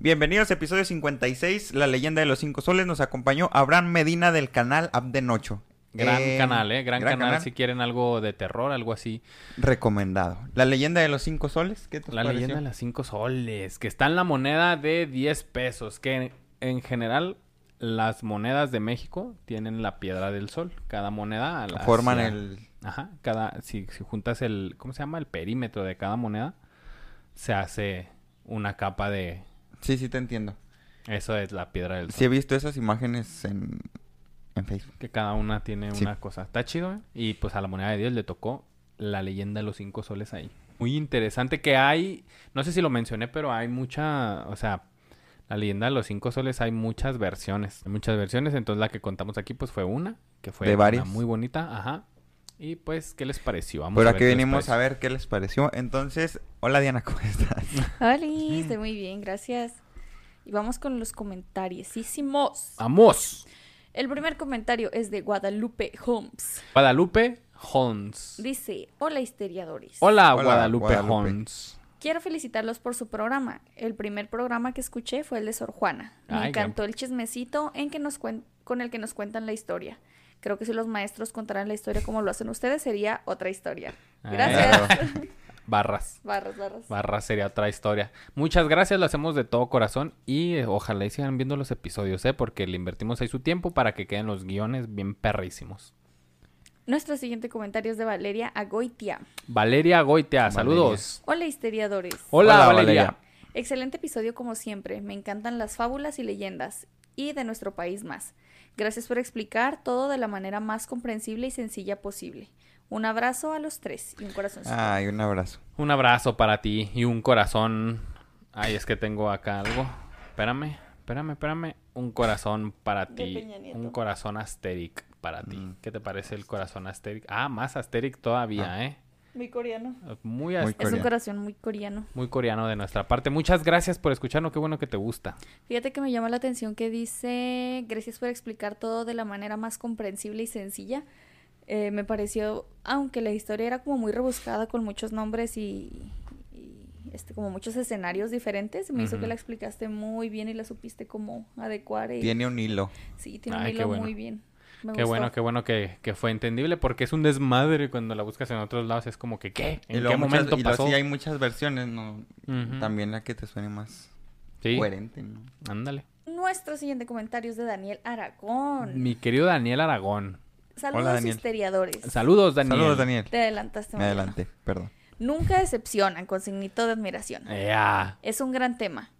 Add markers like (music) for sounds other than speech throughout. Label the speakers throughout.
Speaker 1: Bienvenidos, episodio 56, La leyenda de los cinco soles. Nos acompañó Abraham Medina del canal Abdenocho.
Speaker 2: Gran
Speaker 1: Eh,
Speaker 2: canal, ¿eh? Gran, canal, si quieren algo de terror, algo así.
Speaker 1: Recomendado. La leyenda de los cinco soles. ¿Qué te
Speaker 2: La
Speaker 1: pareció?
Speaker 2: leyenda de las cinco soles, que está en la moneda de 10 pesos, que en, en general las monedas de México tienen la piedra del sol. Cada moneda... la-
Speaker 1: Forman
Speaker 2: hacia-
Speaker 1: el...
Speaker 2: Ajá, cada... Si, si juntas el... ¿Cómo se llama? El perímetro de cada moneda, se hace una capa de...
Speaker 1: Sí, sí, te entiendo.
Speaker 2: Eso es la piedra del sol.
Speaker 1: Sí, he visto esas imágenes en, en Facebook.
Speaker 2: Que cada una tiene
Speaker 1: Sí.
Speaker 2: una cosa. Está chido, ¿eh? Y pues a la moneda de Dios le tocó la leyenda de los cinco soles ahí. Muy interesante que hay, no sé si lo mencioné, pero hay mucha, o sea, la leyenda de los cinco soles hay muchas versiones. Hay muchas versiones, entonces la que contamos aquí pues fue una, que fue
Speaker 1: De
Speaker 2: una
Speaker 1: varias.
Speaker 2: muy bonita, ajá. Y pues, ¿qué les pareció? Vamos
Speaker 1: Pero
Speaker 2: ver
Speaker 1: aquí
Speaker 2: qué les
Speaker 1: venimos
Speaker 2: pareció.
Speaker 1: a ver qué les pareció. Entonces, hola Diana, ¿cómo
Speaker 2: (laughs)
Speaker 1: estás?
Speaker 3: Hola, estoy muy bien, gracias. Y vamos con los comentarios.
Speaker 2: Ah. ¡Vamos!
Speaker 3: El primer comentario es de Guadalupe Holmes.
Speaker 2: Guadalupe Holmes.
Speaker 3: Dice, hola historiadores.
Speaker 2: Hola,
Speaker 1: Hola,
Speaker 2: Guadalupe,
Speaker 1: Guadalupe.
Speaker 2: Holmes.
Speaker 3: Quiero felicitarlos por su programa. El primer programa que escuché fue el de Sor Juana. Me
Speaker 2: Ay,
Speaker 3: encantó el chismecito en que nos cuen- con el que nos cuentan la historia. Creo que si los maestros contaran la historia como lo hacen ustedes, sería otra historia.
Speaker 2: Ah,
Speaker 3: Gracias.
Speaker 2: Barras.
Speaker 3: (laughs) barras, barras.
Speaker 2: Barra sería otra historia. Muchas gracias, lo hacemos de todo corazón y eh, ojalá y sigan viendo los episodios, ¿eh? Porque le invertimos ahí su tiempo para que queden los guiones bien perrísimos.
Speaker 3: Nuestro siguiente comentario es de Valeria Agoitia.
Speaker 2: Valeria Goitea,
Speaker 1: Valeria.
Speaker 2: saludos.
Speaker 3: Hola, historiadores.
Speaker 2: Hola,
Speaker 1: Hola,
Speaker 2: Valeria.
Speaker 1: Valeria.
Speaker 3: Excelente episodio como siempre. Me encantan las fábulas y leyendas y de nuestro país más. Gracias por explicar todo de la manera más comprensible y sencilla posible. Un abrazo a los tres y un corazoncito.
Speaker 1: Ay, un abrazo.
Speaker 2: Un abrazo para ti y un corazón. Ay, es que tengo acá algo. Espérame, espérame, espérame. Un corazón para
Speaker 3: De
Speaker 2: ti.
Speaker 3: Peña Nieto.
Speaker 2: Un corazón asteric para ti.
Speaker 1: Mm.
Speaker 2: ¿Qué te parece el corazón asteric? Ah, más asteric todavía, ¿eh?
Speaker 3: Muy coreano.
Speaker 2: Muy,
Speaker 1: Ah. Muy
Speaker 2: as-
Speaker 3: Es un
Speaker 1: Coreano.
Speaker 3: corazón muy coreano.
Speaker 2: muy coreano de nuestra parte. Muchas gracias por escucharnos. Qué bueno que te gusta.
Speaker 3: Fíjate que me llama la atención que dice, gracias por explicar todo de la manera más comprensible y sencilla. Eh, me pareció, aunque la historia era como muy rebuscada con muchos nombres y, y, este, como muchos escenarios diferentes, me hizo
Speaker 2: Ujú.
Speaker 3: que la explicaste muy bien y la supiste como adecuar. Y,
Speaker 1: Tiene un hilo.
Speaker 3: sí, tiene un
Speaker 2: Ay, qué
Speaker 3: hilo
Speaker 2: bueno.
Speaker 3: muy bien. Me
Speaker 2: Qué
Speaker 3: gustó.
Speaker 2: bueno, qué bueno que, que fue entendible, porque es un desmadre cuando la buscas en otros lados. Es como que, ¿qué?
Speaker 1: y
Speaker 2: ¿En qué
Speaker 1: luego muchas-
Speaker 2: momento
Speaker 1: y luego
Speaker 2: pasó?
Speaker 1: sí hay muchas versiones, ¿no?
Speaker 2: Ujú.
Speaker 1: También la que te suene más
Speaker 2: Sí,
Speaker 1: coherente, ¿no?
Speaker 2: ándale.
Speaker 3: Nuestro siguiente comentario es de Daniel Aragón.
Speaker 2: Mi querido Daniel Aragón.
Speaker 3: Saludos,
Speaker 1: Hola, Daniel.
Speaker 3: historiadores.
Speaker 2: Saludos, Daniel.
Speaker 1: Saludos, Daniel.
Speaker 3: Te adelantaste.
Speaker 1: Me
Speaker 3: Mariano.
Speaker 1: adelanté, perdón.
Speaker 3: Nunca decepcionan, con signito de admiración.
Speaker 2: Ea.
Speaker 3: Es un gran tema.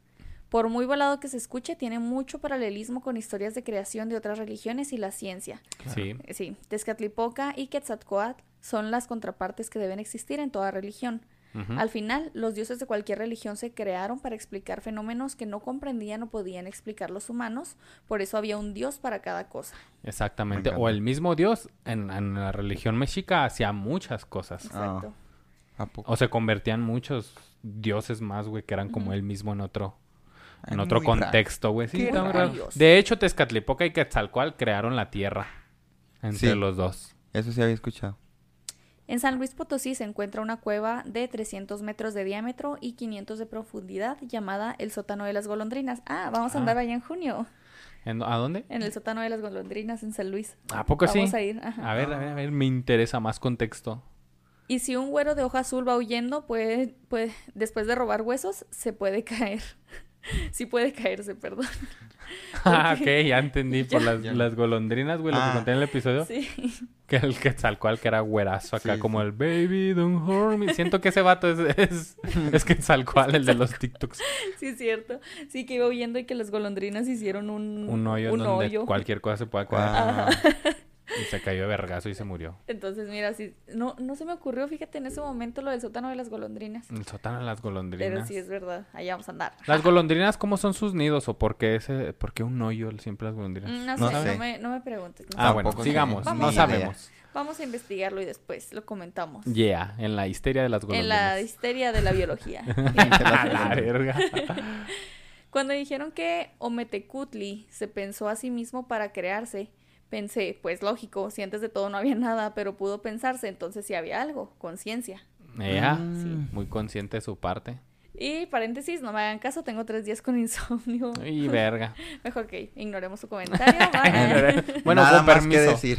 Speaker 3: Por muy volado que se escuche, tiene mucho paralelismo con historias de creación de otras religiones y la ciencia.
Speaker 2: Sí.
Speaker 3: Eh, Sí, Tezcatlipoca y Quetzalcoatl son las contrapartes que deben existir en toda religión.
Speaker 2: Ujú.
Speaker 3: Al final, los dioses de cualquier religión se crearon para explicar fenómenos que no comprendían o podían explicar los humanos, por eso había un dios para cada cosa.
Speaker 2: Exactamente.
Speaker 1: Me
Speaker 2: O
Speaker 1: encanta.
Speaker 2: el mismo Dios en, en la religión mexica hacía muchas cosas.
Speaker 3: Exacto.
Speaker 1: ¿A poco?
Speaker 2: O se convertían muchos dioses más, güey, que eran como él mismo en otro
Speaker 1: Ay,
Speaker 2: en otro
Speaker 1: muy raro.
Speaker 2: contexto, güey. Sí,
Speaker 3: Qué
Speaker 2: está muy
Speaker 3: raro.
Speaker 2: raro. De hecho, Tezcatlipoca y Quetzalcoatl crearon la tierra entre
Speaker 1: Sí.
Speaker 2: los dos.
Speaker 1: Eso sí había escuchado.
Speaker 3: En San Luis Potosí se encuentra una cueva de 300 metros de diámetro y 500 de profundidad llamada el sótano de las golondrinas. Ah, vamos a
Speaker 2: Ah.
Speaker 3: andar allá en junio.
Speaker 2: ¿En- ¿A dónde?
Speaker 3: En el sótano de las golondrinas en San Luis.
Speaker 2: ¿A poco sí? Ah.
Speaker 3: Vamos a ir. ajá.
Speaker 2: A ver, a ver, a ver, me interesa más contexto.
Speaker 3: Y si un güero de hoja azul va huyendo, puede, puede, después de robar huesos, se puede caer. (laughs) sí puede caerse, perdón.
Speaker 2: Ah, (laughs) ok, ya entendí por las,
Speaker 1: Ya.
Speaker 2: las golondrinas, güey, lo
Speaker 1: Ah.
Speaker 2: que conté en el episodio.
Speaker 3: Sí. (laughs)
Speaker 2: Que el que tal cual, que era güerazo acá,
Speaker 1: Sí,
Speaker 2: como el baby, don't hurt me. Siento que ese vato es, es, es que tal cual, el de los TikToks.
Speaker 3: Sí, es cierto. Sí, que iba huyendo y que las golondrinas hicieron un,
Speaker 2: Un hoyo en
Speaker 3: un
Speaker 2: donde
Speaker 3: hoyo.
Speaker 2: cualquier cosa se pueda caer.
Speaker 1: Ah,
Speaker 2: Y se cayó de vergazo y se murió.
Speaker 3: Entonces, mira, sí, no, no se me ocurrió, fíjate, en ese momento lo del sótano de las golondrinas.
Speaker 2: El sótano de las
Speaker 3: Pero
Speaker 2: Mm, golondrinas.
Speaker 3: sí es verdad, allá vamos a andar.
Speaker 2: Las golondrinas, ¿cómo son sus nidos? ¿O por qué, ese, por qué un hoyo siempre las golondrinas?
Speaker 3: Mm, No sé,
Speaker 1: No
Speaker 3: no,
Speaker 1: sé.
Speaker 3: me, no me preguntes. no
Speaker 2: Ah,
Speaker 3: sé.
Speaker 2: bueno,
Speaker 1: Tampoco sé.
Speaker 2: sigamos.
Speaker 3: Vamos.
Speaker 2: No
Speaker 3: Ni
Speaker 1: (laughs)
Speaker 3: idea.
Speaker 2: sabemos.
Speaker 3: Vamos a investigarlo y después lo comentamos.
Speaker 2: Yeah, en la histeria de las
Speaker 3: En
Speaker 2: golondrinas.
Speaker 3: la histeria de la biología.
Speaker 2: (laughs) A
Speaker 3: (laughs)
Speaker 1: (laughs)
Speaker 2: la verga.
Speaker 3: Cuando dijeron que Ometecutli se pensó a sí mismo para crearse, pensé, pues lógico, si antes de todo no había (laughs) nada, pero pudo pensarse, entonces sí había algo, conciencia.
Speaker 2: Ea,
Speaker 1: Mm.
Speaker 2: muy consciente de su parte.
Speaker 3: Y paréntesis, no me hagan caso, tengo tres días con (laughs) insomnio.
Speaker 2: Y
Speaker 3: (laughs)
Speaker 2: verga.
Speaker 3: Mejor que ignoremos su comentario. bye.
Speaker 2: bueno,
Speaker 1: Nada
Speaker 2: con
Speaker 1: más que
Speaker 2: permiso. (laughs)
Speaker 1: decir.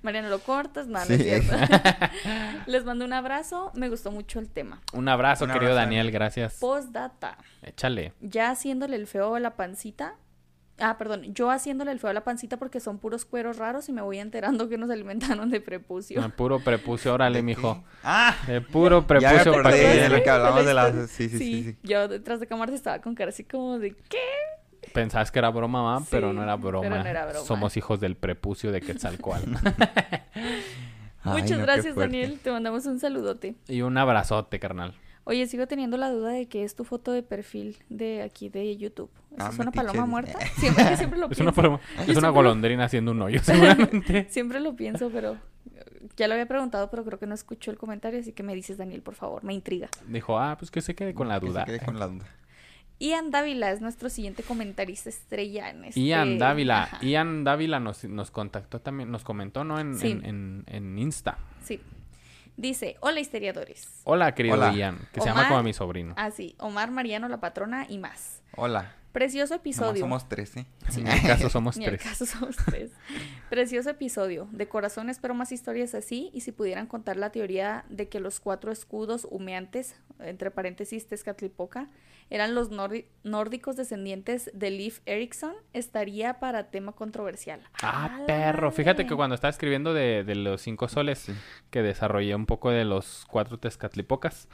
Speaker 3: Mariano, lo cortas, no, no es
Speaker 1: Sí.
Speaker 3: cierto. Les mando un abrazo, me gustó mucho el tema.
Speaker 2: Un abrazo,
Speaker 1: Un
Speaker 2: querido
Speaker 1: abrazo,
Speaker 2: Daniel,
Speaker 1: Daniel.
Speaker 2: gracias.
Speaker 3: Postdata,
Speaker 2: Échale.
Speaker 3: ya haciéndole el feo a la pancita. Ah, perdón, yo haciéndole el feo a la pancita porque son puros cueros raros y me voy enterando que nos alimentaron de prepucio.
Speaker 2: Ah, Puro prepucio, órale,
Speaker 1: ¿De
Speaker 2: mijo.
Speaker 1: Ah,
Speaker 2: De puro
Speaker 1: ya me
Speaker 2: prepucio
Speaker 1: acordé
Speaker 2: para
Speaker 1: de lo
Speaker 2: que
Speaker 1: que hablamos de las... sí, sí.
Speaker 3: Este, Sí,
Speaker 1: sí, sí.
Speaker 3: yo detrás de cámaras estaba con cara así como de ¿qué?
Speaker 2: pensabas que era broma, mamá, pero
Speaker 3: Sí,
Speaker 2: no era
Speaker 3: pero
Speaker 2: broma.
Speaker 3: no era broma.
Speaker 2: Somos hijos del prepucio de Quetzalcoatl. (laughs)
Speaker 1: Ay,
Speaker 3: Muchas
Speaker 1: no, qué
Speaker 3: gracias,
Speaker 1: fuerte.
Speaker 3: Daniel. Te mandamos un saludote.
Speaker 2: y un abrazote, carnal.
Speaker 3: Oye, sigo teniendo la duda de que es tu foto de perfil de aquí de YouTube. ¿Eso
Speaker 1: Ah,
Speaker 3: ¿Es una
Speaker 1: metiche.
Speaker 3: paloma muerta? Siempre, es que siempre lo
Speaker 2: (laughs)
Speaker 3: (laughs)
Speaker 2: Es
Speaker 3: pienso.
Speaker 2: una, forma- es una
Speaker 3: siempre-
Speaker 2: golondrina haciendo un hoyo, (laughs) seguramente.
Speaker 3: Siempre lo pienso, pero eh, ya lo había preguntado, pero creo que no escuchó el comentario, así que me dices, Daniel, por favor, me intriga.
Speaker 2: Dijo, ah, pues que se quede con la
Speaker 1: (laughs) Que se
Speaker 2: duda.
Speaker 1: quede con la duda.
Speaker 3: Ian Dávila es nuestro siguiente comentarista estrella en este...
Speaker 2: Ian Dávila.
Speaker 3: Ajá,
Speaker 2: Ian Dávila nos, nos contactó también, nos comentó, ¿no? En,
Speaker 3: Sí.
Speaker 2: en, en- en Insta.
Speaker 3: Sí. Dice, hola histeriadores.
Speaker 2: Hola, querido
Speaker 1: Hola.
Speaker 2: Ian, que se
Speaker 3: Omar. Ah,
Speaker 2: llama como mi sobrino.
Speaker 3: Así, Omar, Mariano, la patrona y más.
Speaker 1: Hola.
Speaker 3: Precioso
Speaker 1: Nomás
Speaker 3: episodio.
Speaker 1: somos
Speaker 3: (laughs)
Speaker 1: 13.
Speaker 2: En mi caso somos
Speaker 3: Ni al
Speaker 2: tres.
Speaker 3: caso somos
Speaker 2: (laughs)
Speaker 3: tres. Precioso episodio. De corazón espero más historias así y si pudieran contar la teoría de que los cuatro escudos humeantes, entre paréntesis Tezcatlipoca, eran los nordi- nórdicos descendientes de Leif Erikson, estaría para tema controversial.
Speaker 2: Ah,
Speaker 3: ¡Ala!
Speaker 2: perro. Fíjate que cuando estaba escribiendo de, de los cinco soles,
Speaker 1: Sí.
Speaker 2: que desarrollé un poco de los cuatro tezcatlipocas,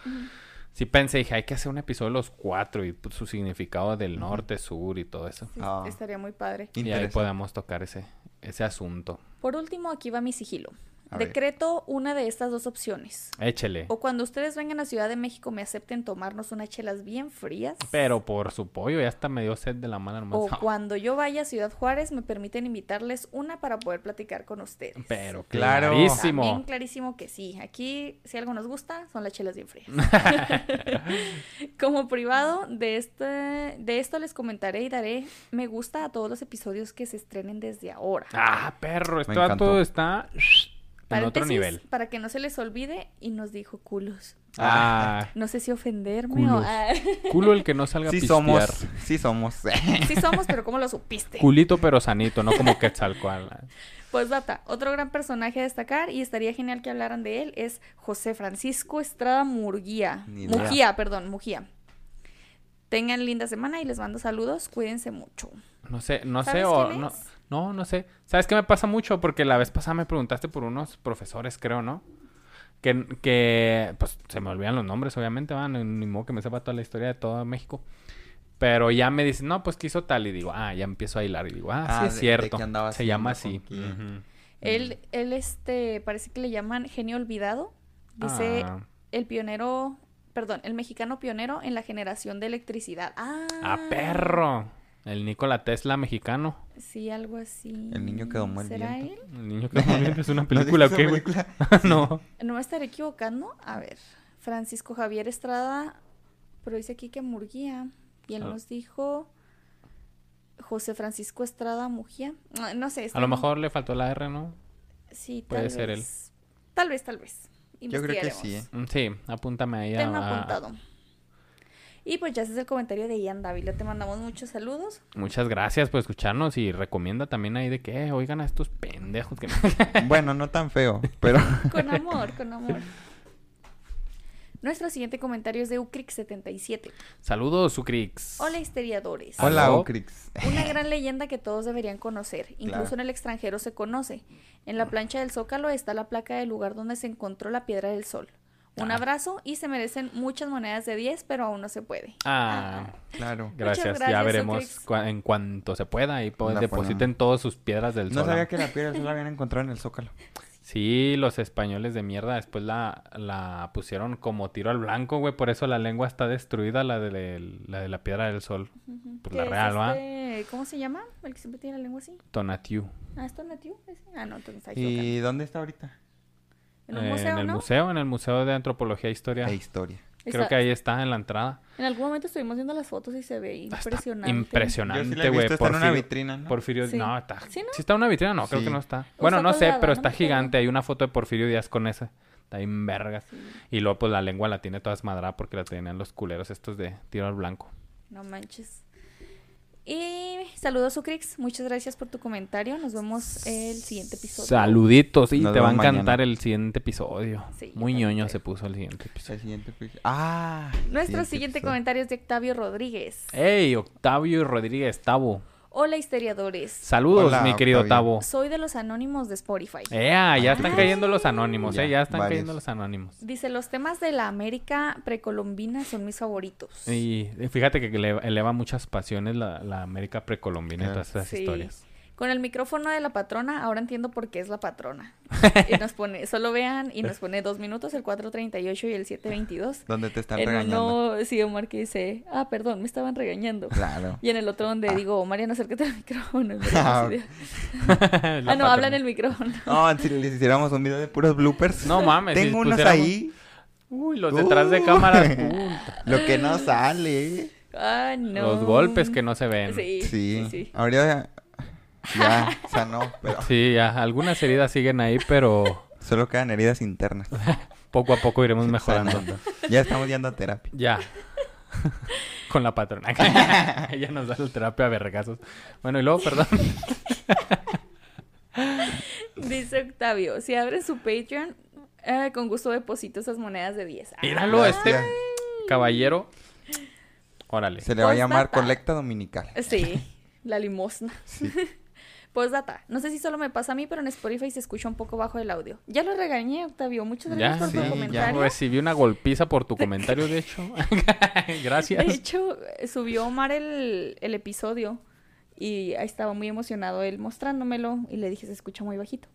Speaker 2: sí pensé, dije, hay que hacer un episodio de los cuatro y pues, su significado del norte, sur y todo eso.
Speaker 3: Sí,
Speaker 1: Ah.
Speaker 3: Estaría muy padre.
Speaker 2: Y ahí
Speaker 1: Interesante.
Speaker 2: podamos tocar ese, ese asunto.
Speaker 3: Por último, aquí va mi sigilo.
Speaker 1: A ver.
Speaker 3: Decreto una de estas dos opciones.
Speaker 2: Échele.
Speaker 3: O cuando ustedes vengan a Ciudad de México me acepten tomarnos unas chelas bien frías.
Speaker 2: Pero por su pollo, ya hasta me dio sed de la mala nomás.
Speaker 3: O cuando yo vaya a Ciudad Juárez, me permiten invitarles una para poder platicar con ustedes.
Speaker 2: Pero
Speaker 1: Claro.
Speaker 3: También
Speaker 2: clarísimo.
Speaker 3: clarísimo que sí. Aquí, si algo nos gusta, son las chelas bien frías. Como privado, de, este, de esto les comentaré y daré me gusta a todos los episodios que se estrenen desde ahora.
Speaker 2: Ah, perro,
Speaker 1: Me
Speaker 2: esto todo
Speaker 1: encantó.
Speaker 2: está en otro
Speaker 3: Paréntesis,
Speaker 2: nivel.
Speaker 3: Para que no se les olvide, y nos dijo culos.
Speaker 2: Ah,
Speaker 3: No sé si ofenderme o...
Speaker 2: Culos.
Speaker 3: Ah, (laughs)
Speaker 2: culo el que no salga
Speaker 1: Sí
Speaker 2: a
Speaker 1: somos.
Speaker 2: pistear.
Speaker 1: Sí somos. (laughs)
Speaker 3: sí somos, pero ¿cómo lo supiste?
Speaker 2: Culito pero sanito, no como Quetzalcoatl.
Speaker 3: Pues data, otro gran personaje a destacar y estaría genial que hablaran de él es José Francisco Estrada Murguía.
Speaker 1: Ni idea.
Speaker 3: Mujía, perdón, Mujía. Tengan linda semana y les mando saludos, cuídense mucho.
Speaker 2: No sé, no sé
Speaker 3: ¿Sabes
Speaker 2: o
Speaker 3: quién
Speaker 2: no,
Speaker 3: es?
Speaker 2: no, no sé. ¿Sabes qué me pasa mucho? Porque la vez pasada me preguntaste por unos profesores, creo, ¿no? Que, que pues se me olvidan los nombres, obviamente, van, ni modo que me sepa toda la historia de todo México. Pero ya me dicen, no, pues que hizo tal, y digo, ah, ya empiezo a hilar, y digo, ah,
Speaker 1: Ah,
Speaker 2: sí
Speaker 1: de-
Speaker 2: es
Speaker 1: de
Speaker 2: cierto.
Speaker 1: qué andaba
Speaker 2: se llama así.
Speaker 1: haciendo, con quién.
Speaker 2: Ujú.
Speaker 3: Él, él este, parece que le llaman genio olvidado. Dice
Speaker 2: Ah.
Speaker 3: el pionero, perdón, el mexicano pionero en la generación de electricidad. Ah,
Speaker 2: ¡Ah, perro! El Nikola Tesla mexicano.
Speaker 3: Sí, algo así.
Speaker 1: El niño que domó el
Speaker 3: ¿Será
Speaker 1: viento.
Speaker 3: él?
Speaker 1: (laughs)
Speaker 2: El niño que está muriendo es una película, ¿o
Speaker 1: ¿No
Speaker 2: ¿qué,
Speaker 1: dices
Speaker 2: güey?
Speaker 1: película? (laughs)
Speaker 2: (laughs) no.
Speaker 3: No me estaré equivocando. A ver, Francisco Javier Estrada, pero dice aquí que Murguía. Y él
Speaker 2: Ah.
Speaker 3: nos dijo José Francisco Estrada Mujía. Ah, No, no sé.
Speaker 2: A
Speaker 3: está-
Speaker 2: lo mejor le faltó la R, ¿no?
Speaker 3: Sí,
Speaker 2: puede
Speaker 3: tal
Speaker 2: ser él.
Speaker 3: vez. Tal vez, tal vez.
Speaker 1: Yo creo que
Speaker 3: Investigaremos.
Speaker 1: sí, ¿eh?
Speaker 2: Mm, Sí, apúntame ahí a-
Speaker 3: Tenlo
Speaker 2: a-
Speaker 3: apuntado. Y pues ya ese es el comentario de Ian Dávila. Te mandamos muchos saludos.
Speaker 2: Muchas gracias por escucharnos y recomienda también ahí de que eh, oigan a estos pendejos que
Speaker 1: Bueno, no tan feo, pero... (laughs)
Speaker 3: Con amor, con amor. Nuestro siguiente comentario es de Ucric77.
Speaker 2: (laughs) Saludos, Sucrix.
Speaker 3: Hola, histeriadores.
Speaker 1: Hola,
Speaker 2: ¿Aló?
Speaker 1: Ocrix.
Speaker 2: (laughs)
Speaker 3: Una gran leyenda que todos deberían conocer, incluso
Speaker 1: Claro.
Speaker 3: en el extranjero se conoce. En
Speaker 2: Ah.
Speaker 3: la plancha del Zócalo está la placa del lugar donde se encontró la piedra del sol. Un
Speaker 2: Ah.
Speaker 3: abrazo y se merecen muchas monedas de 10, pero aún no se puede.
Speaker 2: Ah,
Speaker 1: (laughs) Claro.
Speaker 2: gracias. Ya
Speaker 3: gracias,
Speaker 2: veremos
Speaker 3: Sucrix.
Speaker 2: cua- en cuanto se pueda y pues
Speaker 1: La
Speaker 2: depositen
Speaker 1: ponemos.
Speaker 2: todos sus piedras del
Speaker 1: No
Speaker 2: sol.
Speaker 1: sabía que la piedra del sol la habían encontrado en el Zócalo.
Speaker 2: Sí, los españoles de mierda después la, la pusieron como tiro al blanco, güey. Por eso la lengua está destruida, la de la, de la piedra del sol. Pues
Speaker 3: Que
Speaker 2: la
Speaker 3: es
Speaker 2: real, ¿va?
Speaker 3: este- ¿Cómo se llama? El que siempre tiene la lengua así.
Speaker 2: Tonatiu.
Speaker 3: Ah, ¿esto nativo? ese? Ah, no, entonces está equivocado.
Speaker 1: ¿Y dónde está ahorita?
Speaker 3: En un
Speaker 2: Eh,
Speaker 3: museo,
Speaker 2: en el
Speaker 3: ¿no?
Speaker 2: museo, en el Museo de Antropología e Historia.
Speaker 1: La historia.
Speaker 2: Creo
Speaker 3: Está-
Speaker 2: que ahí está en la entrada.
Speaker 3: En algún momento estuvimos viendo las fotos y se ve
Speaker 2: Está
Speaker 3: impresionante.
Speaker 1: Yo sí la
Speaker 2: Impresionante,
Speaker 1: he
Speaker 2: güey.
Speaker 1: visto, está en una
Speaker 2: Porfirio-
Speaker 1: vitrina, ¿no?
Speaker 2: Porfirio,
Speaker 3: Sí.
Speaker 2: no, está.
Speaker 3: ¿Sí, no?
Speaker 2: ¿Sí está en una vitrina? No, creo
Speaker 1: Sí.
Speaker 2: que no está.
Speaker 3: O
Speaker 2: Bueno,
Speaker 3: está
Speaker 2: no sé,
Speaker 3: colgada,
Speaker 2: pero
Speaker 3: no me
Speaker 2: está
Speaker 3: acuerdo.
Speaker 2: gigante. Hay una foto de Porfirio Díaz con ese. Está bien vergas. Y luego, pues, la lengua la tiene toda esmadrada porque la tenían los culeros estos de tiro al blanco.
Speaker 3: No manches. Y saludos, Sucrix. Muchas gracias por tu comentario. Nos vemos el siguiente episodio.
Speaker 2: Saluditos. Y
Speaker 1: Nos
Speaker 2: te va a
Speaker 1: vemos
Speaker 2: encantar
Speaker 1: mañana.
Speaker 2: el siguiente episodio.
Speaker 3: Sí, yo
Speaker 2: Muy
Speaker 3: también
Speaker 2: ñoño
Speaker 3: creo.
Speaker 2: se puso el siguiente episodio.
Speaker 1: El siguiente episodio. Ah.
Speaker 3: Nuestro siguiente
Speaker 1: episodio.
Speaker 3: comentario es de Octavio Rodríguez.
Speaker 2: ¡Ey! Octavio Rodríguez Tavo.
Speaker 3: Hola, historiadores.
Speaker 2: Saludos,
Speaker 1: Hola,
Speaker 2: mi querido
Speaker 1: Octavio.
Speaker 2: Tavo.
Speaker 3: Soy de los anónimos de Spotify.
Speaker 2: ¡Ea! Ya están cayendo los anónimos,
Speaker 1: Ya,
Speaker 2: ¿eh? Ya están
Speaker 1: varios.
Speaker 2: cayendo los anónimos.
Speaker 3: Dice, los temas de la América precolombina son mis favoritos.
Speaker 2: Y eh, fíjate que eleva, eleva muchas pasiones la, la América precolombina y
Speaker 1: Claro.
Speaker 2: todas esas
Speaker 3: Sí. (laughs)
Speaker 2: historias.
Speaker 3: Con el micrófono de la patrona, ahora entiendo por qué es
Speaker 2: (laughs)
Speaker 3: la patrona. Y nos pone, solo vean, y nos pone dos minutos, el 4.38 y el 7.22.
Speaker 1: Donde te están
Speaker 3: En
Speaker 1: regañando.
Speaker 3: uno, sí, Omar que dice, ah, perdón, me estaban regañando. (laughs)
Speaker 1: Claro.
Speaker 3: Y en el otro
Speaker 2: Ah.
Speaker 3: donde digo, Mariana, acércate
Speaker 2: (laughs)
Speaker 3: al micrófono. Y me
Speaker 1: Ah,
Speaker 3: dice,
Speaker 2: La
Speaker 3: ah, no,
Speaker 2: patrona. Ah.
Speaker 3: habla en el micrófono.
Speaker 1: No, si les hiciéramos un video de puros bloopers.
Speaker 2: No mames. si
Speaker 1: Tengo unos
Speaker 2: pusiéramos-
Speaker 1: ahí.
Speaker 2: Uy, los detrás de
Speaker 3: (laughs)
Speaker 2: cámaras. puta.
Speaker 1: Lo que no sale.
Speaker 3: (laughs) Ah, no.
Speaker 2: Los golpes que no se ven. Sí.
Speaker 3: Sí, sí,
Speaker 1: Sí.
Speaker 3: sí.
Speaker 1: Ahorita ya sanó, pero
Speaker 2: ya, algunas heridas siguen ahí, pero
Speaker 1: solo quedan heridas internas.
Speaker 2: poco a poco iremos mejorando.
Speaker 1: Sanando. Ya estamos yendo a terapia.
Speaker 2: Ya. (laughs) Con la patrona. (laughs) Ella nos da la terapia a vergazos. Bueno, y luego,
Speaker 3: (laughs)
Speaker 2: perdón.
Speaker 3: Dice Octavio, si abres su Patreon, eh, con gusto deposito esas monedas de 10. Ah,
Speaker 2: Míralo, este
Speaker 1: Gracias.
Speaker 2: caballero. Órale.
Speaker 1: Se le va a llamar
Speaker 3: Postdata.
Speaker 1: colecta dominical.
Speaker 3: Sí, la limosna.
Speaker 1: Sí.
Speaker 3: (laughs) Postdata, no sé si solo me pasa a mí, pero en Spotify se escucha un poco bajo el audio. Ya lo regañé, Octavio. Muchas
Speaker 2: Ya, Pues,
Speaker 3: gracias por
Speaker 1: sí,
Speaker 3: tu
Speaker 1: ya.
Speaker 3: comentario.
Speaker 2: Recibí una golpiza por tu comentario, de hecho. (laughs)
Speaker 3: De
Speaker 2: Gracias.
Speaker 3: hecho, subió Omar el, el episodio y ahí estaba muy emocionado él mostrándomelo y le dije, se escucha muy bajito.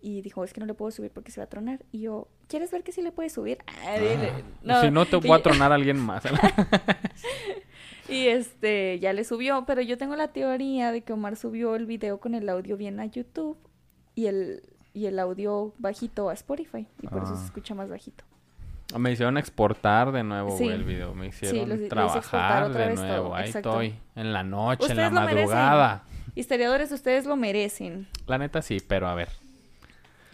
Speaker 3: Y dijo, es que no le puedo subir porque se va a tronar. Y yo, ¿quieres ver que sí le puede subir? (laughs) Ah, dile,
Speaker 2: Si no, te
Speaker 3: Y-
Speaker 2: voy a tronar a alguien más. (laughs)
Speaker 3: Y este, ya le subió, pero yo tengo la teoría de que Omar subió el video con el audio bien a YouTube y el, y el audio bajito a Spotify. Y por eso
Speaker 1: Ah.
Speaker 3: se escucha más bajito.
Speaker 2: Me hicieron exportar de nuevo güey,
Speaker 3: Sí.
Speaker 2: el video. Me hicieron
Speaker 3: los- los exportar
Speaker 2: trabajar
Speaker 3: otra
Speaker 2: de
Speaker 3: vez todo,
Speaker 2: nuevo. Ahí
Speaker 3: exacto.
Speaker 2: estoy. En la noche, en la
Speaker 3: Ustedes lo merecen.
Speaker 2: madrugada.
Speaker 3: Historiadores, ustedes lo merecen.
Speaker 2: La neta sí, pero a ver.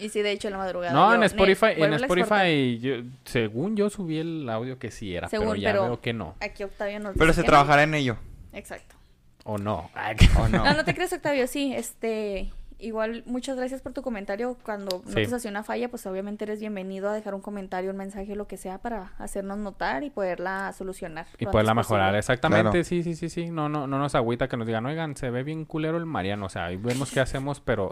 Speaker 3: Y sí, de hecho, en la madrugada.
Speaker 2: No,
Speaker 3: yo,
Speaker 2: en
Speaker 3: "Nel,
Speaker 2: Spotify, en
Speaker 3: vuélvela a exportar".
Speaker 2: Spotify, yo- según yo subí el audio que sí era, pero
Speaker 3: Según,
Speaker 2: ya
Speaker 3: pero-
Speaker 2: veo que no.
Speaker 3: Aquí Octavio nos
Speaker 1: Pero
Speaker 3: dice
Speaker 1: se
Speaker 3: que no.
Speaker 1: trabajará en ello.
Speaker 3: Exacto.
Speaker 2: O
Speaker 3: (laughs)
Speaker 2: no. (laughs)
Speaker 1: ¿O no?
Speaker 3: No, no te crees, Octavio, sí, este... Igual, muchas gracias por tu comentario. Cuando
Speaker 2: Sí.
Speaker 3: notas así una falla, pues obviamente eres bienvenido a dejar un comentario, un mensaje, lo que sea, para hacernos notar y poderla solucionar.
Speaker 2: Y
Speaker 3: lo
Speaker 2: poderla
Speaker 3: antes
Speaker 2: mejorar,
Speaker 3: posible.
Speaker 2: pues exactamente,
Speaker 1: Claro.
Speaker 2: sí, sí, sí, sí. No, no, no nos agüita que nos digan, oigan, se ve bien culero el Mariano. O sea, ahí vemos qué hacemos, pero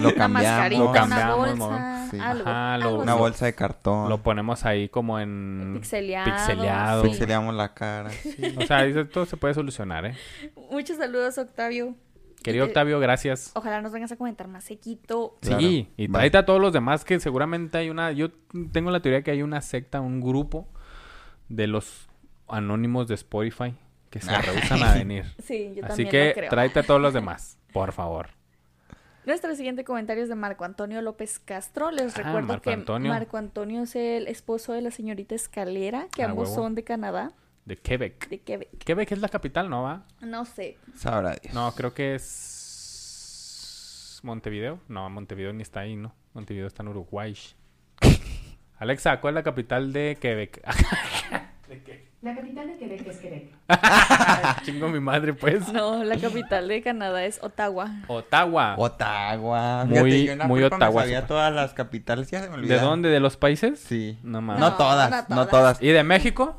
Speaker 1: Lo
Speaker 3: Una mascarilla,
Speaker 1: cambiamos.
Speaker 2: Lo cambiamos.
Speaker 3: una bolsa,
Speaker 2: movemos.
Speaker 1: Sí.
Speaker 3: algo.
Speaker 2: Ajá, lo-
Speaker 3: algo
Speaker 1: Una
Speaker 3: así.
Speaker 1: bolsa de cartón.
Speaker 2: (laughs) lo ponemos ahí como en
Speaker 3: Pixeleado,
Speaker 2: pixeleado.
Speaker 3: sí.
Speaker 1: Pixeleamos la cara.
Speaker 2: O sea, dice, todo se puede solucionar, ¿eh?
Speaker 3: Muchos saludos, Octavio.
Speaker 2: Querido
Speaker 3: Y te-
Speaker 2: Octavio, gracias.
Speaker 3: Ojalá nos vengas a comentar más sequito.
Speaker 1: Claro.
Speaker 2: Sí, y
Speaker 1: Va.
Speaker 2: tráete a todos los demás que seguramente hay una... Yo tengo la teoría que hay una secta, un grupo de los anónimos de Spotify que se rehusan a venir.
Speaker 3: Sí, yo
Speaker 2: Así
Speaker 3: también
Speaker 2: que
Speaker 3: lo creo.
Speaker 2: tráete a todos
Speaker 3: (laughs)
Speaker 2: los demás, por favor.
Speaker 3: Nuestro siguiente comentario es de Marco Antonio López Castro. Les
Speaker 2: Ah,
Speaker 3: recuerdo
Speaker 2: Marco
Speaker 3: que
Speaker 2: Antonio.
Speaker 3: Marco Antonio es el esposo de la señorita Escalera, que
Speaker 2: Ah,
Speaker 3: ambos
Speaker 2: huevo.
Speaker 3: son de Canadá,
Speaker 2: De Quebec.
Speaker 3: de Quebec.
Speaker 2: Quebec es la capital, ¿no va?
Speaker 3: No sé.
Speaker 1: Sabrá Dios.
Speaker 2: No, creo que es Montevideo. No, Montevideo ni está ahí, ¿no? Montevideo está en Uruguay. Alexa, ¿cuál es la capital de
Speaker 3: (laughs)
Speaker 2: Quebec? (laughs)
Speaker 4: La capital de Quebec es Quebec.
Speaker 2: Chingo mi madre, pues.
Speaker 3: (laughs) No, la capital de Canadá es Ottawa.
Speaker 2: Ottawa.
Speaker 1: Otagua.
Speaker 2: ah. Muy- muy Ottawa,
Speaker 1: Me sabía
Speaker 2: súper.
Speaker 1: todas las capitales. Ya se me
Speaker 2: ¿De
Speaker 1: olvidaron.
Speaker 2: dónde? ¿De los países?
Speaker 1: Sí.
Speaker 2: No
Speaker 1: No,
Speaker 2: mames.
Speaker 3: No,
Speaker 1: todas,
Speaker 3: no
Speaker 1: no
Speaker 3: todas.
Speaker 1: todas.
Speaker 2: ¿Y de México?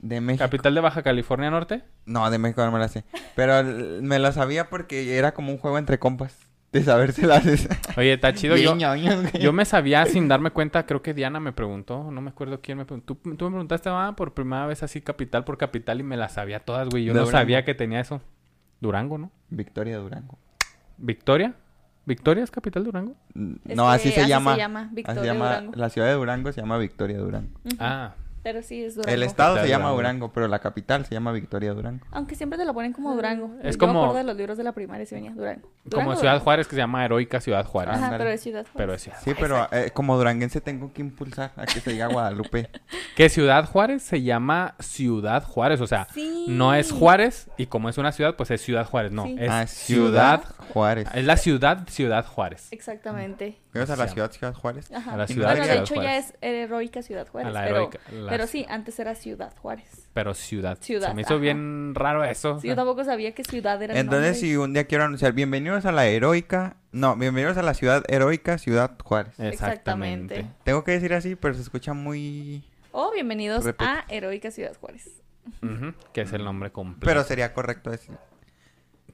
Speaker 1: De México.
Speaker 2: ¿Capital de Baja California Norte?
Speaker 1: No, de México no me la sé. Pero l- me la sabía porque era como un juego entre compas. De saberse las.
Speaker 2: Oye, está (laughs) chido. Yo, yo
Speaker 1: Yo
Speaker 2: me sabía sin darme cuenta, creo que Diana me preguntó, no me acuerdo quién me preguntó. Tú, tú me preguntaste, ah, por primera vez así capital por capital y me la sabía todas, güey. Yo no
Speaker 1: Durango.
Speaker 2: sabía que tenía eso. Durango, ¿no?
Speaker 1: Victoria Durango.
Speaker 2: ¿Victoria? ¿Victoria es capital Durango?
Speaker 1: N-
Speaker 3: Es
Speaker 1: No, así
Speaker 3: que
Speaker 1: se
Speaker 3: así se
Speaker 1: llama.
Speaker 3: llama, Victoria Durango.
Speaker 1: La ciudad de Durango se llama Victoria Durango.
Speaker 2: Ah,
Speaker 3: Pero sí es Durango.
Speaker 1: El estado se
Speaker 2: Capital
Speaker 1: llama
Speaker 2: Durango.
Speaker 1: Durango, pero la capital se llama Victoria Durango.
Speaker 3: Aunque siempre te lo ponen como Durango.
Speaker 2: Es
Speaker 3: Yo
Speaker 2: como-
Speaker 3: me acuerdo de los libros de la primaria si venía Durango.
Speaker 2: Como
Speaker 3: Durango,
Speaker 2: Ciudad
Speaker 3: Durango.
Speaker 2: Juárez, que se llama Heroica Ciudad Juárez.
Speaker 3: Ajá,
Speaker 1: Ándale.
Speaker 3: pero es Ciudad Juárez.
Speaker 2: Pero es Ciudad
Speaker 1: Sí, pero eh, como duranguense tengo que impulsar a que se diga Guadalupe.
Speaker 2: Que Ciudad Juárez se llama Ciudad Juárez, o sea,
Speaker 3: Sí.
Speaker 2: no es Juárez y como es una ciudad, pues es Ciudad Juárez, no,
Speaker 3: Sí.
Speaker 2: (laughs) es
Speaker 1: Ah,
Speaker 2: Ciudad,
Speaker 1: Juárez.
Speaker 2: es la ciudad Ciudad Juárez.
Speaker 3: Exactamente.
Speaker 1: Vamos a la
Speaker 2: Sí.
Speaker 1: ciudad Ciudad Juárez.
Speaker 3: Ajá.
Speaker 2: A la
Speaker 1: Y
Speaker 2: ciudad
Speaker 3: bueno,
Speaker 1: de
Speaker 3: de,
Speaker 2: Ciudad
Speaker 3: hecho ya
Speaker 2: Juárez.
Speaker 3: es Heroica Ciudad
Speaker 2: A
Speaker 3: Juárez.
Speaker 2: la
Speaker 3: pero,
Speaker 2: heroica, la-
Speaker 3: pero sí, antes era Ciudad Juárez.
Speaker 2: Pero ciudad.
Speaker 3: Ciudad,
Speaker 2: Se me hizo
Speaker 3: ajá.
Speaker 2: bien raro eso. o
Speaker 3: Sí,
Speaker 2: sea,
Speaker 3: yo tampoco sabía que ciudad era el
Speaker 1: Entonces,
Speaker 3: nombre.
Speaker 1: si un día quiero anunciar, bienvenidos a la heroica, no, bienvenidos a la ciudad heroica Ciudad Juárez.
Speaker 2: Eh. Exactamente.
Speaker 3: Exactamente.
Speaker 1: Tengo que decir así, pero se escucha muy...
Speaker 3: Oh, bienvenidos
Speaker 1: Repite.
Speaker 3: a Heroica Ciudad Juárez.
Speaker 2: Ujú, que es el nombre completo.
Speaker 1: Pero sería correcto decir.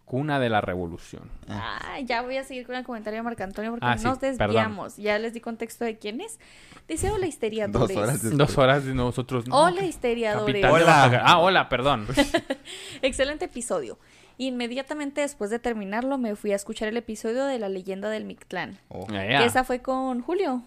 Speaker 2: Cuna de la Revolución.
Speaker 3: Ah, ya voy a seguir con el comentario de Marco Antonio porque
Speaker 2: Ah, sí,
Speaker 3: nos
Speaker 2: perdón.
Speaker 3: desviamos. Ya les di contexto de quién es. Deseo la
Speaker 1: Dos
Speaker 3: histeriadores.
Speaker 1: horas después.
Speaker 2: Dos horas de nosotros. no,
Speaker 3: Hola,
Speaker 2: que-
Speaker 3: histeriadores.
Speaker 2: Capitán de
Speaker 1: Hola.
Speaker 2: Baja Ca- Ah,
Speaker 1: (laughs)
Speaker 2: hola, perdón.
Speaker 3: Excelente episodio. Inmediatamente después de terminarlo, me fui a escuchar el episodio de la leyenda del Mictlán.
Speaker 1: Oh.
Speaker 2: Ya,
Speaker 3: Que
Speaker 2: ya.
Speaker 3: esa fue con Julio.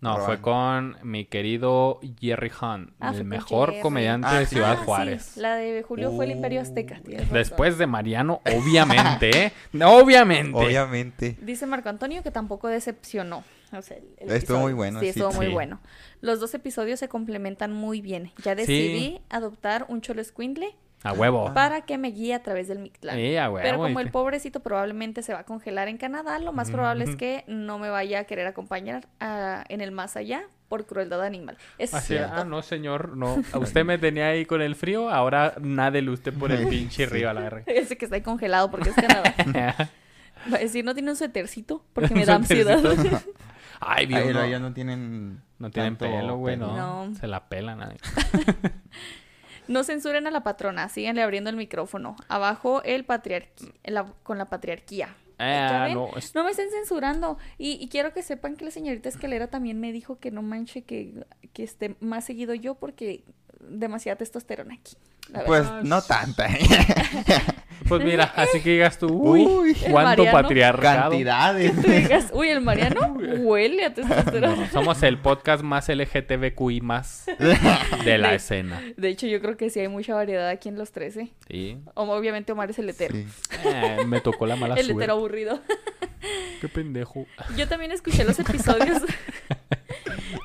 Speaker 2: No,
Speaker 1: Probable.
Speaker 2: fue con mi querido Jerry Hahn,
Speaker 3: Ah, fue
Speaker 2: el
Speaker 3: con
Speaker 2: mejor
Speaker 3: Jerry.
Speaker 2: comediante
Speaker 1: Ah,
Speaker 2: de Ciudad
Speaker 3: Ah, sí,
Speaker 2: Juárez.
Speaker 3: La de Julio fue el Imperio Azteca. tienes razón.
Speaker 2: Después de Mariano, obviamente, ¿eh? (laughs) Obviamente.
Speaker 1: Obviamente.
Speaker 3: Dice Marco Antonio que tampoco decepcionó. O sea, el- el
Speaker 1: Estuvo
Speaker 3: episodio.
Speaker 1: muy bueno,
Speaker 3: Sí,
Speaker 1: sí.
Speaker 3: estuvo muy
Speaker 2: Sí.
Speaker 3: bueno. Los dos episodios se complementan muy bien. Ya decidí adoptar un cholo escuincle
Speaker 2: A huevo.
Speaker 3: para que me guíe a través del Mictlán.
Speaker 2: Eh, a huevo,
Speaker 3: Pero como
Speaker 2: y
Speaker 3: el
Speaker 2: te-
Speaker 3: pobrecito probablemente se va a congelar en Canadá, lo más probable es
Speaker 2: Ujú.
Speaker 3: que no me vaya a querer acompañar a- en el más allá por crueldad animal. Es
Speaker 2: Así,
Speaker 3: cierto.
Speaker 2: ah, no, señor, (laughs) no. A Usted me tenía ahí con el frío, ahora nadele usted por el pinche río a la (laughs) verga.
Speaker 3: (laughs) Ese que está ahí congelado porque
Speaker 2: (laughs)
Speaker 3: es Canadá. Va a decir, no tiene un suétercito porque
Speaker 2: (laughs)
Speaker 3: me da
Speaker 2: Un
Speaker 3: ansiedad.
Speaker 2: suétercito. Ay,
Speaker 1: Ahí
Speaker 2: Dios,
Speaker 1: no,
Speaker 2: no,
Speaker 1: ya no tienen...
Speaker 2: No tienen
Speaker 1: tanto
Speaker 2: pelo, güey,
Speaker 1: pelo.
Speaker 2: no.
Speaker 3: No.
Speaker 2: Se la pelan. ay.
Speaker 3: (laughs) No censuren a la patrona, síganle abriendo el micrófono. Abajo el patriarqui la- con la patriarquía. ¿Ya
Speaker 2: Ah,
Speaker 3: ven?
Speaker 2: no, es-
Speaker 3: No me estén censurando. Y, y quiero que sepan que la señorita Escalera también me dijo que no manche que, que esté más seguido yo porque demasiada testosterona aquí. la verdad.
Speaker 1: Pues
Speaker 2: verdad.
Speaker 1: no tanta.
Speaker 2: Pues
Speaker 3: (laughs)
Speaker 2: mira, así que digas tú, uy,
Speaker 1: Uy.
Speaker 2: cuánto
Speaker 3: Mariano.
Speaker 1: (laughs)
Speaker 2: patriarcado.
Speaker 1: Cantidades.
Speaker 3: (laughs) Tú digas, uy,
Speaker 1: (laughs)
Speaker 3: el Mariano huele a testosterona.
Speaker 2: Somos el podcast más LGTBQI más de
Speaker 3: (laughs)
Speaker 2: la escena.
Speaker 3: De hecho, yo creo que sí hay mucha variedad aquí en los 13.
Speaker 2: Sí.
Speaker 3: Om- Obviamente Omar es el hetero.
Speaker 1: Sí.
Speaker 2: Eh, me tocó la mala
Speaker 3: el
Speaker 2: suerte.
Speaker 3: hetero aburrido. (laughs)
Speaker 2: Qué pendejo.
Speaker 3: Yo también escuché los episodios. (laughs)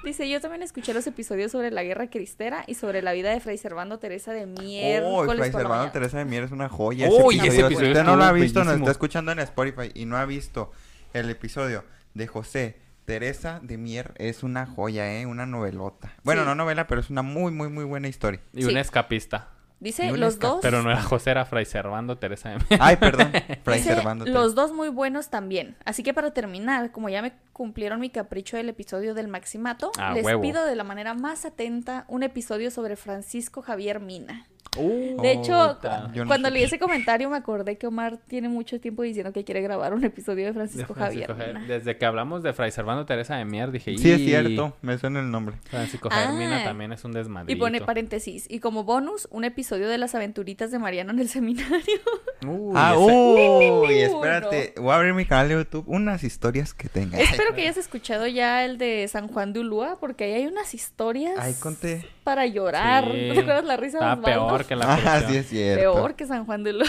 Speaker 3: Dice, yo también escuché los episodios sobre la guerra cristera y sobre la vida de Fray Servando Teresa de
Speaker 1: Oh,
Speaker 3: miércoles
Speaker 1: Fray
Speaker 3: por la
Speaker 1: Servando
Speaker 3: mañana.
Speaker 1: Teresa de Mier es una joya.
Speaker 2: Uy, ese
Speaker 1: Si
Speaker 2: episodio
Speaker 1: usted no lo ha
Speaker 2: estuvo
Speaker 1: visto, nos
Speaker 2: bellísimo.
Speaker 1: está escuchando en Spotify y no ha visto el episodio de José Teresa de Mier, es una joya, ¿eh? Una novelota. Bueno,
Speaker 3: Sí.
Speaker 1: no novela, pero es una muy, muy, muy buena historia.
Speaker 2: Y
Speaker 3: Sí.
Speaker 2: un escapista.
Speaker 1: Y
Speaker 3: Dice,
Speaker 1: un
Speaker 3: los
Speaker 1: escape,
Speaker 3: dos...
Speaker 2: Pero no era José, era Fray Servando Teresa de Mier.
Speaker 1: Ay,
Speaker 3: (laughs)
Speaker 1: perdón. Fray
Speaker 3: dice,
Speaker 1: Servando Teresa.
Speaker 3: los dos muy buenos también. Así que para terminar, como ya me cumplieron mi capricho del episodio del Maximato,
Speaker 2: Ah,
Speaker 3: les
Speaker 2: huevo.
Speaker 3: pido de la manera más atenta un episodio sobre Francisco Javier Mina.
Speaker 2: Uh,
Speaker 3: De hecho,
Speaker 2: puta.
Speaker 1: Yo no
Speaker 3: cuando
Speaker 1: sé.
Speaker 3: leí ese comentario me acordé que Omar tiene mucho tiempo diciendo que quiere grabar un episodio
Speaker 2: (laughs)
Speaker 3: de
Speaker 2: De
Speaker 3: Francisco,
Speaker 2: Francisco
Speaker 3: Javier
Speaker 2: Javier.
Speaker 3: Mina.
Speaker 2: Desde que hablamos de Fray Servando Teresa de Mier, dije...
Speaker 1: Sí, es
Speaker 2: "Y,
Speaker 1: cierto. Me suena el nombre.
Speaker 2: Francisco Javier
Speaker 3: Ah.
Speaker 2: Mina también es un
Speaker 3: Y
Speaker 2: desmadrito.
Speaker 3: pone paréntesis. Y como bonus, un episodio de las aventuritas de Mariano en
Speaker 1: (laughs)
Speaker 3: el seminario. (laughs)
Speaker 2: Uy,
Speaker 1: ah,
Speaker 2: ese-
Speaker 1: uy,
Speaker 3: Uy,
Speaker 1: espérate. Voy a abrir mi canal de YouTube. Unas historias que tenga.
Speaker 3: Espero que hayas escuchado ya el de San Juan de Ulúa, porque ahí hay unas historias
Speaker 1: Ay, conté.
Speaker 3: para llorar.
Speaker 2: Sí.
Speaker 3: (laughs) ¿No te acuerdas la risa de
Speaker 2: Estaba
Speaker 3: Osvaldo?
Speaker 2: peor que
Speaker 1: (laughs)
Speaker 2: la
Speaker 1: Ah,
Speaker 2: prisión.
Speaker 1: sí es cierto.
Speaker 3: Peor que San Juan de Ulúa.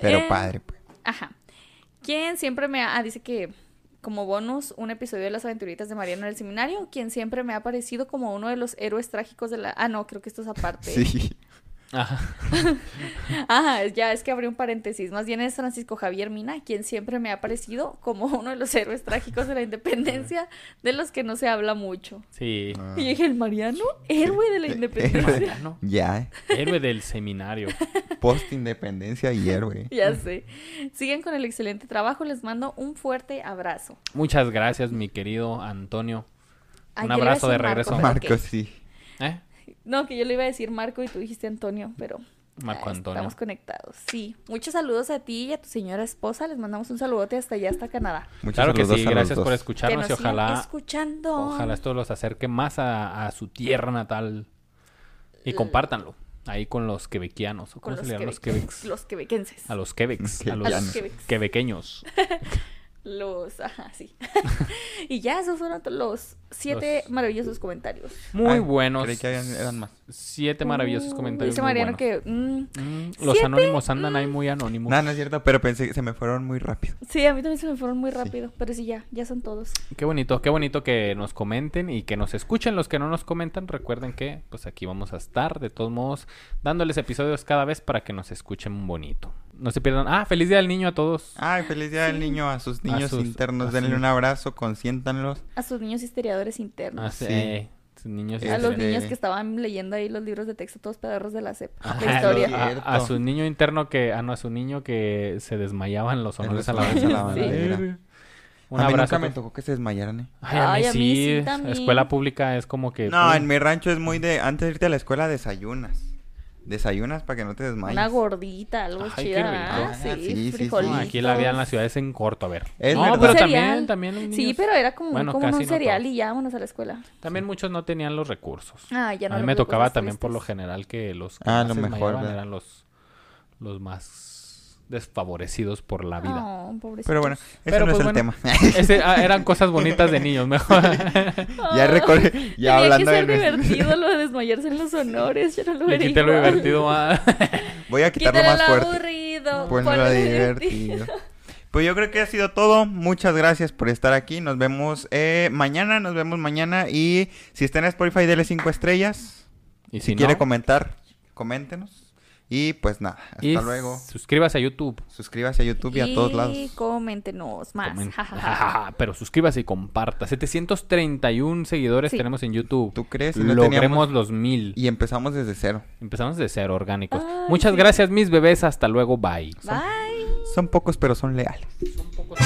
Speaker 1: Pero
Speaker 3: Eh,
Speaker 1: padre, pues.
Speaker 3: (laughs) Ajá. Quien siempre me ha... Ah, dice que como bonus, un episodio de las aventuritas de Mariano en el seminario, quien siempre me ha parecido como uno de los héroes trágicos de la... Ah, no, creo que esto es aparte. (laughs)
Speaker 1: Sí.
Speaker 2: Ajá.
Speaker 3: Ah, ya es que abrí un paréntesis. Más bien es Francisco Javier Mina, quien siempre me ha parecido como (laughs) uno de los héroes trágicos de la independencia, de los que no se habla mucho.
Speaker 2: Sí.
Speaker 1: Ah,
Speaker 3: Y dije, ¿el Mariano?
Speaker 1: (laughs)
Speaker 3: Héroe de la
Speaker 1: Eh,
Speaker 3: independencia.
Speaker 2: (laughs)
Speaker 3: (laughs)
Speaker 2: Mariano,
Speaker 1: Ya, eh.
Speaker 2: héroe del seminario.
Speaker 1: Post independencia y héroe.
Speaker 3: Ya sé. Sigan con el excelente trabajo. Les mando un fuerte abrazo.
Speaker 2: Muchas gracias, mi querido Antonio.
Speaker 3: Ay,
Speaker 2: Un
Speaker 3: yo le iba a
Speaker 2: abrazo de
Speaker 3: decir Marco,
Speaker 2: regreso.
Speaker 3: pero
Speaker 1: Marcos,
Speaker 3: ok.
Speaker 1: sí.
Speaker 2: ¿Eh?
Speaker 3: No, que yo le iba a decir Marco y tú dijiste Antonio, pero.
Speaker 2: Marco
Speaker 3: ah,
Speaker 2: Antonio.
Speaker 3: Estamos conectados. Sí. Muchos saludos a ti y a tu señora esposa. Les mandamos un saludote hasta allá, hasta Canadá.
Speaker 1: Muchos
Speaker 2: claro que
Speaker 1: saludos
Speaker 2: sí,
Speaker 1: a los
Speaker 2: gracias por
Speaker 1: dos.
Speaker 3: Que nos
Speaker 2: escucharnos y
Speaker 3: sigan
Speaker 2: ojalá
Speaker 3: escuchando.
Speaker 2: Ojalá esto los acerque más a, a su tierra natal. Y compártanlo. Ahí con los quebequianos. ¿o
Speaker 3: con
Speaker 2: ¿Cómo
Speaker 3: los,
Speaker 2: se le llaman los
Speaker 3: quebequeques-
Speaker 2: quebecs?
Speaker 3: los quebequenses.
Speaker 2: A
Speaker 1: (laughs)
Speaker 2: los quebecs. A los,
Speaker 3: Quebequianos. A los quebecs. (laughs)
Speaker 2: quebequeños.
Speaker 3: Los, ajá, sí. y ya, esos fueron to- los siete
Speaker 2: Los-
Speaker 3: maravillosos comentarios.
Speaker 2: Muy
Speaker 1: Ay,
Speaker 2: buenos.
Speaker 1: creí que habían- eran más.
Speaker 2: Siete maravillosos comentarios.
Speaker 3: Uh, Mm, Dice
Speaker 2: muy
Speaker 3: Mariano
Speaker 2: buenos.
Speaker 3: que... mm,
Speaker 2: Mm, los
Speaker 3: ¿Siete?
Speaker 2: anónimos andan ahí muy anónimos.
Speaker 1: No, no es cierto, pero pensé que se me fueron muy rápido.
Speaker 3: sí, a mí también se me fueron muy rápido, pero sí, ya, ya son todos.
Speaker 2: Qué bonito, qué bonito que nos comenten y que nos escuchen. Los que no nos comentan, recuerden que pues aquí vamos a estar, de todos modos, dándoles episodios cada vez para que nos escuchen bonito. No se pierdan. Ah, feliz día del niño a todos.
Speaker 1: Ay, feliz día del niño a sus niños
Speaker 2: sus-
Speaker 1: internos.
Speaker 2: a
Speaker 1: Denle
Speaker 2: sus-
Speaker 1: un abrazo, consiéntanlos.
Speaker 3: A sus niños histeriadores
Speaker 2: Ah,
Speaker 3: internos.
Speaker 2: sí,
Speaker 1: sí.
Speaker 2: eh, sus niños.
Speaker 1: sí,
Speaker 3: a los
Speaker 1: sí.
Speaker 3: niños que estaban leyendo ahí los libros de texto, todos pedazos de la CEP.
Speaker 1: Ah,
Speaker 2: Ajá,
Speaker 3: la historia.
Speaker 1: los-
Speaker 2: a- Ah, a,
Speaker 1: Cierto.
Speaker 2: su niño interno que, ah no, a su niño que se desmayaban los
Speaker 1: En los
Speaker 2: honores a la
Speaker 1: honores (laughs)
Speaker 3: a la
Speaker 1: bandera.
Speaker 2: bandera. Un
Speaker 1: a mí
Speaker 2: abrazo.
Speaker 1: nunca me tocó que se desmayaran, ¿eh?
Speaker 2: Ay, a mí
Speaker 3: Ay, a mí sí
Speaker 2: sí.
Speaker 3: también.
Speaker 2: Escuela pública es como que.
Speaker 1: No,
Speaker 2: uy,
Speaker 1: en mi rancho es muy de... Antes de irte a la escuela, desayunas. Desayunas para que no te desmayes.
Speaker 3: Una gordita, algo
Speaker 2: Ay, qué
Speaker 3: chida.
Speaker 2: rico.
Speaker 3: ah,
Speaker 1: Ah, sí, sí,
Speaker 3: Sí,
Speaker 1: sí.
Speaker 2: no,
Speaker 3: frijolitos.
Speaker 2: aquí la había en las ciudades en corto, a ver.
Speaker 1: Es
Speaker 2: no,
Speaker 1: verdad.
Speaker 2: pero
Speaker 3: Un
Speaker 2: también,
Speaker 3: cereal.
Speaker 2: también los
Speaker 3: Sí,
Speaker 2: niños-
Speaker 3: pero era como,
Speaker 2: Bueno,
Speaker 3: como
Speaker 2: casi
Speaker 3: un
Speaker 2: no
Speaker 3: cereal
Speaker 2: todos.
Speaker 3: y ya, vámonos a la escuela.
Speaker 2: También muchos no tenían los recursos.
Speaker 3: Ah, ya no
Speaker 2: a mí
Speaker 3: los
Speaker 2: me
Speaker 3: recursos
Speaker 2: tocaba también
Speaker 3: tristes.
Speaker 2: por lo general que los que
Speaker 1: Ah,
Speaker 2: más
Speaker 1: lo
Speaker 2: se
Speaker 1: mejor,
Speaker 2: desmayaban
Speaker 1: ¿verdad?
Speaker 2: eran los, los más desfavorecidos por la vida.
Speaker 3: No, pobrecitos.
Speaker 1: Pero bueno, ese
Speaker 2: Pero,
Speaker 1: no es
Speaker 2: pues,
Speaker 1: el
Speaker 2: bueno,
Speaker 1: tema. (laughs)
Speaker 2: Ese- ah, eran cosas bonitas de niños, mejor.
Speaker 1: ya recorre... Ya
Speaker 3: Ah. Tenía
Speaker 1: hablando
Speaker 3: que ser
Speaker 1: de...
Speaker 3: divertido lo de desmayarse en los honores. Yo no lo
Speaker 2: Le
Speaker 3: vería
Speaker 2: quité lo
Speaker 3: igual.
Speaker 2: divertido a...
Speaker 1: (laughs) Voy a quitarlo
Speaker 3: Quítale
Speaker 1: más
Speaker 3: lo
Speaker 1: fuerte.
Speaker 3: aburrido.
Speaker 1: Ponlo
Speaker 3: ponle lo
Speaker 1: Pues divertido. Pues yo creo que ha sido todo. Muchas gracias por estar aquí. Nos vemos eh, mañana. Nos vemos mañana. Y si está en Spotify, dele 5 estrellas.
Speaker 2: Y
Speaker 1: Si,
Speaker 2: si
Speaker 1: quiere
Speaker 2: no,
Speaker 1: comentar, coméntenos. Y pues nada, hasta
Speaker 2: y
Speaker 1: luego.
Speaker 2: Suscríbase a YouTube.
Speaker 1: Suscríbase a YouTube y, a todos lados.
Speaker 3: Y coméntenos más.
Speaker 2: Comen-
Speaker 3: ja, ja,
Speaker 2: Ja,
Speaker 3: ja.
Speaker 2: ja, (laughs) ja, Pero suscríbase y comparta. 731 seguidores
Speaker 3: Sí.
Speaker 2: tenemos en YouTube.
Speaker 1: ¿Tú crees? Y no
Speaker 2: Logremos
Speaker 1: teníamos-
Speaker 2: los mil.
Speaker 1: Y empezamos desde cero.
Speaker 2: Empezamos de ser orgánicos.
Speaker 3: Ay,
Speaker 2: Muchas
Speaker 3: sí.
Speaker 2: gracias, mis bebés. Hasta luego. Bye.
Speaker 3: Bye.
Speaker 1: Son pocos, pero son leales.
Speaker 2: Son pocos-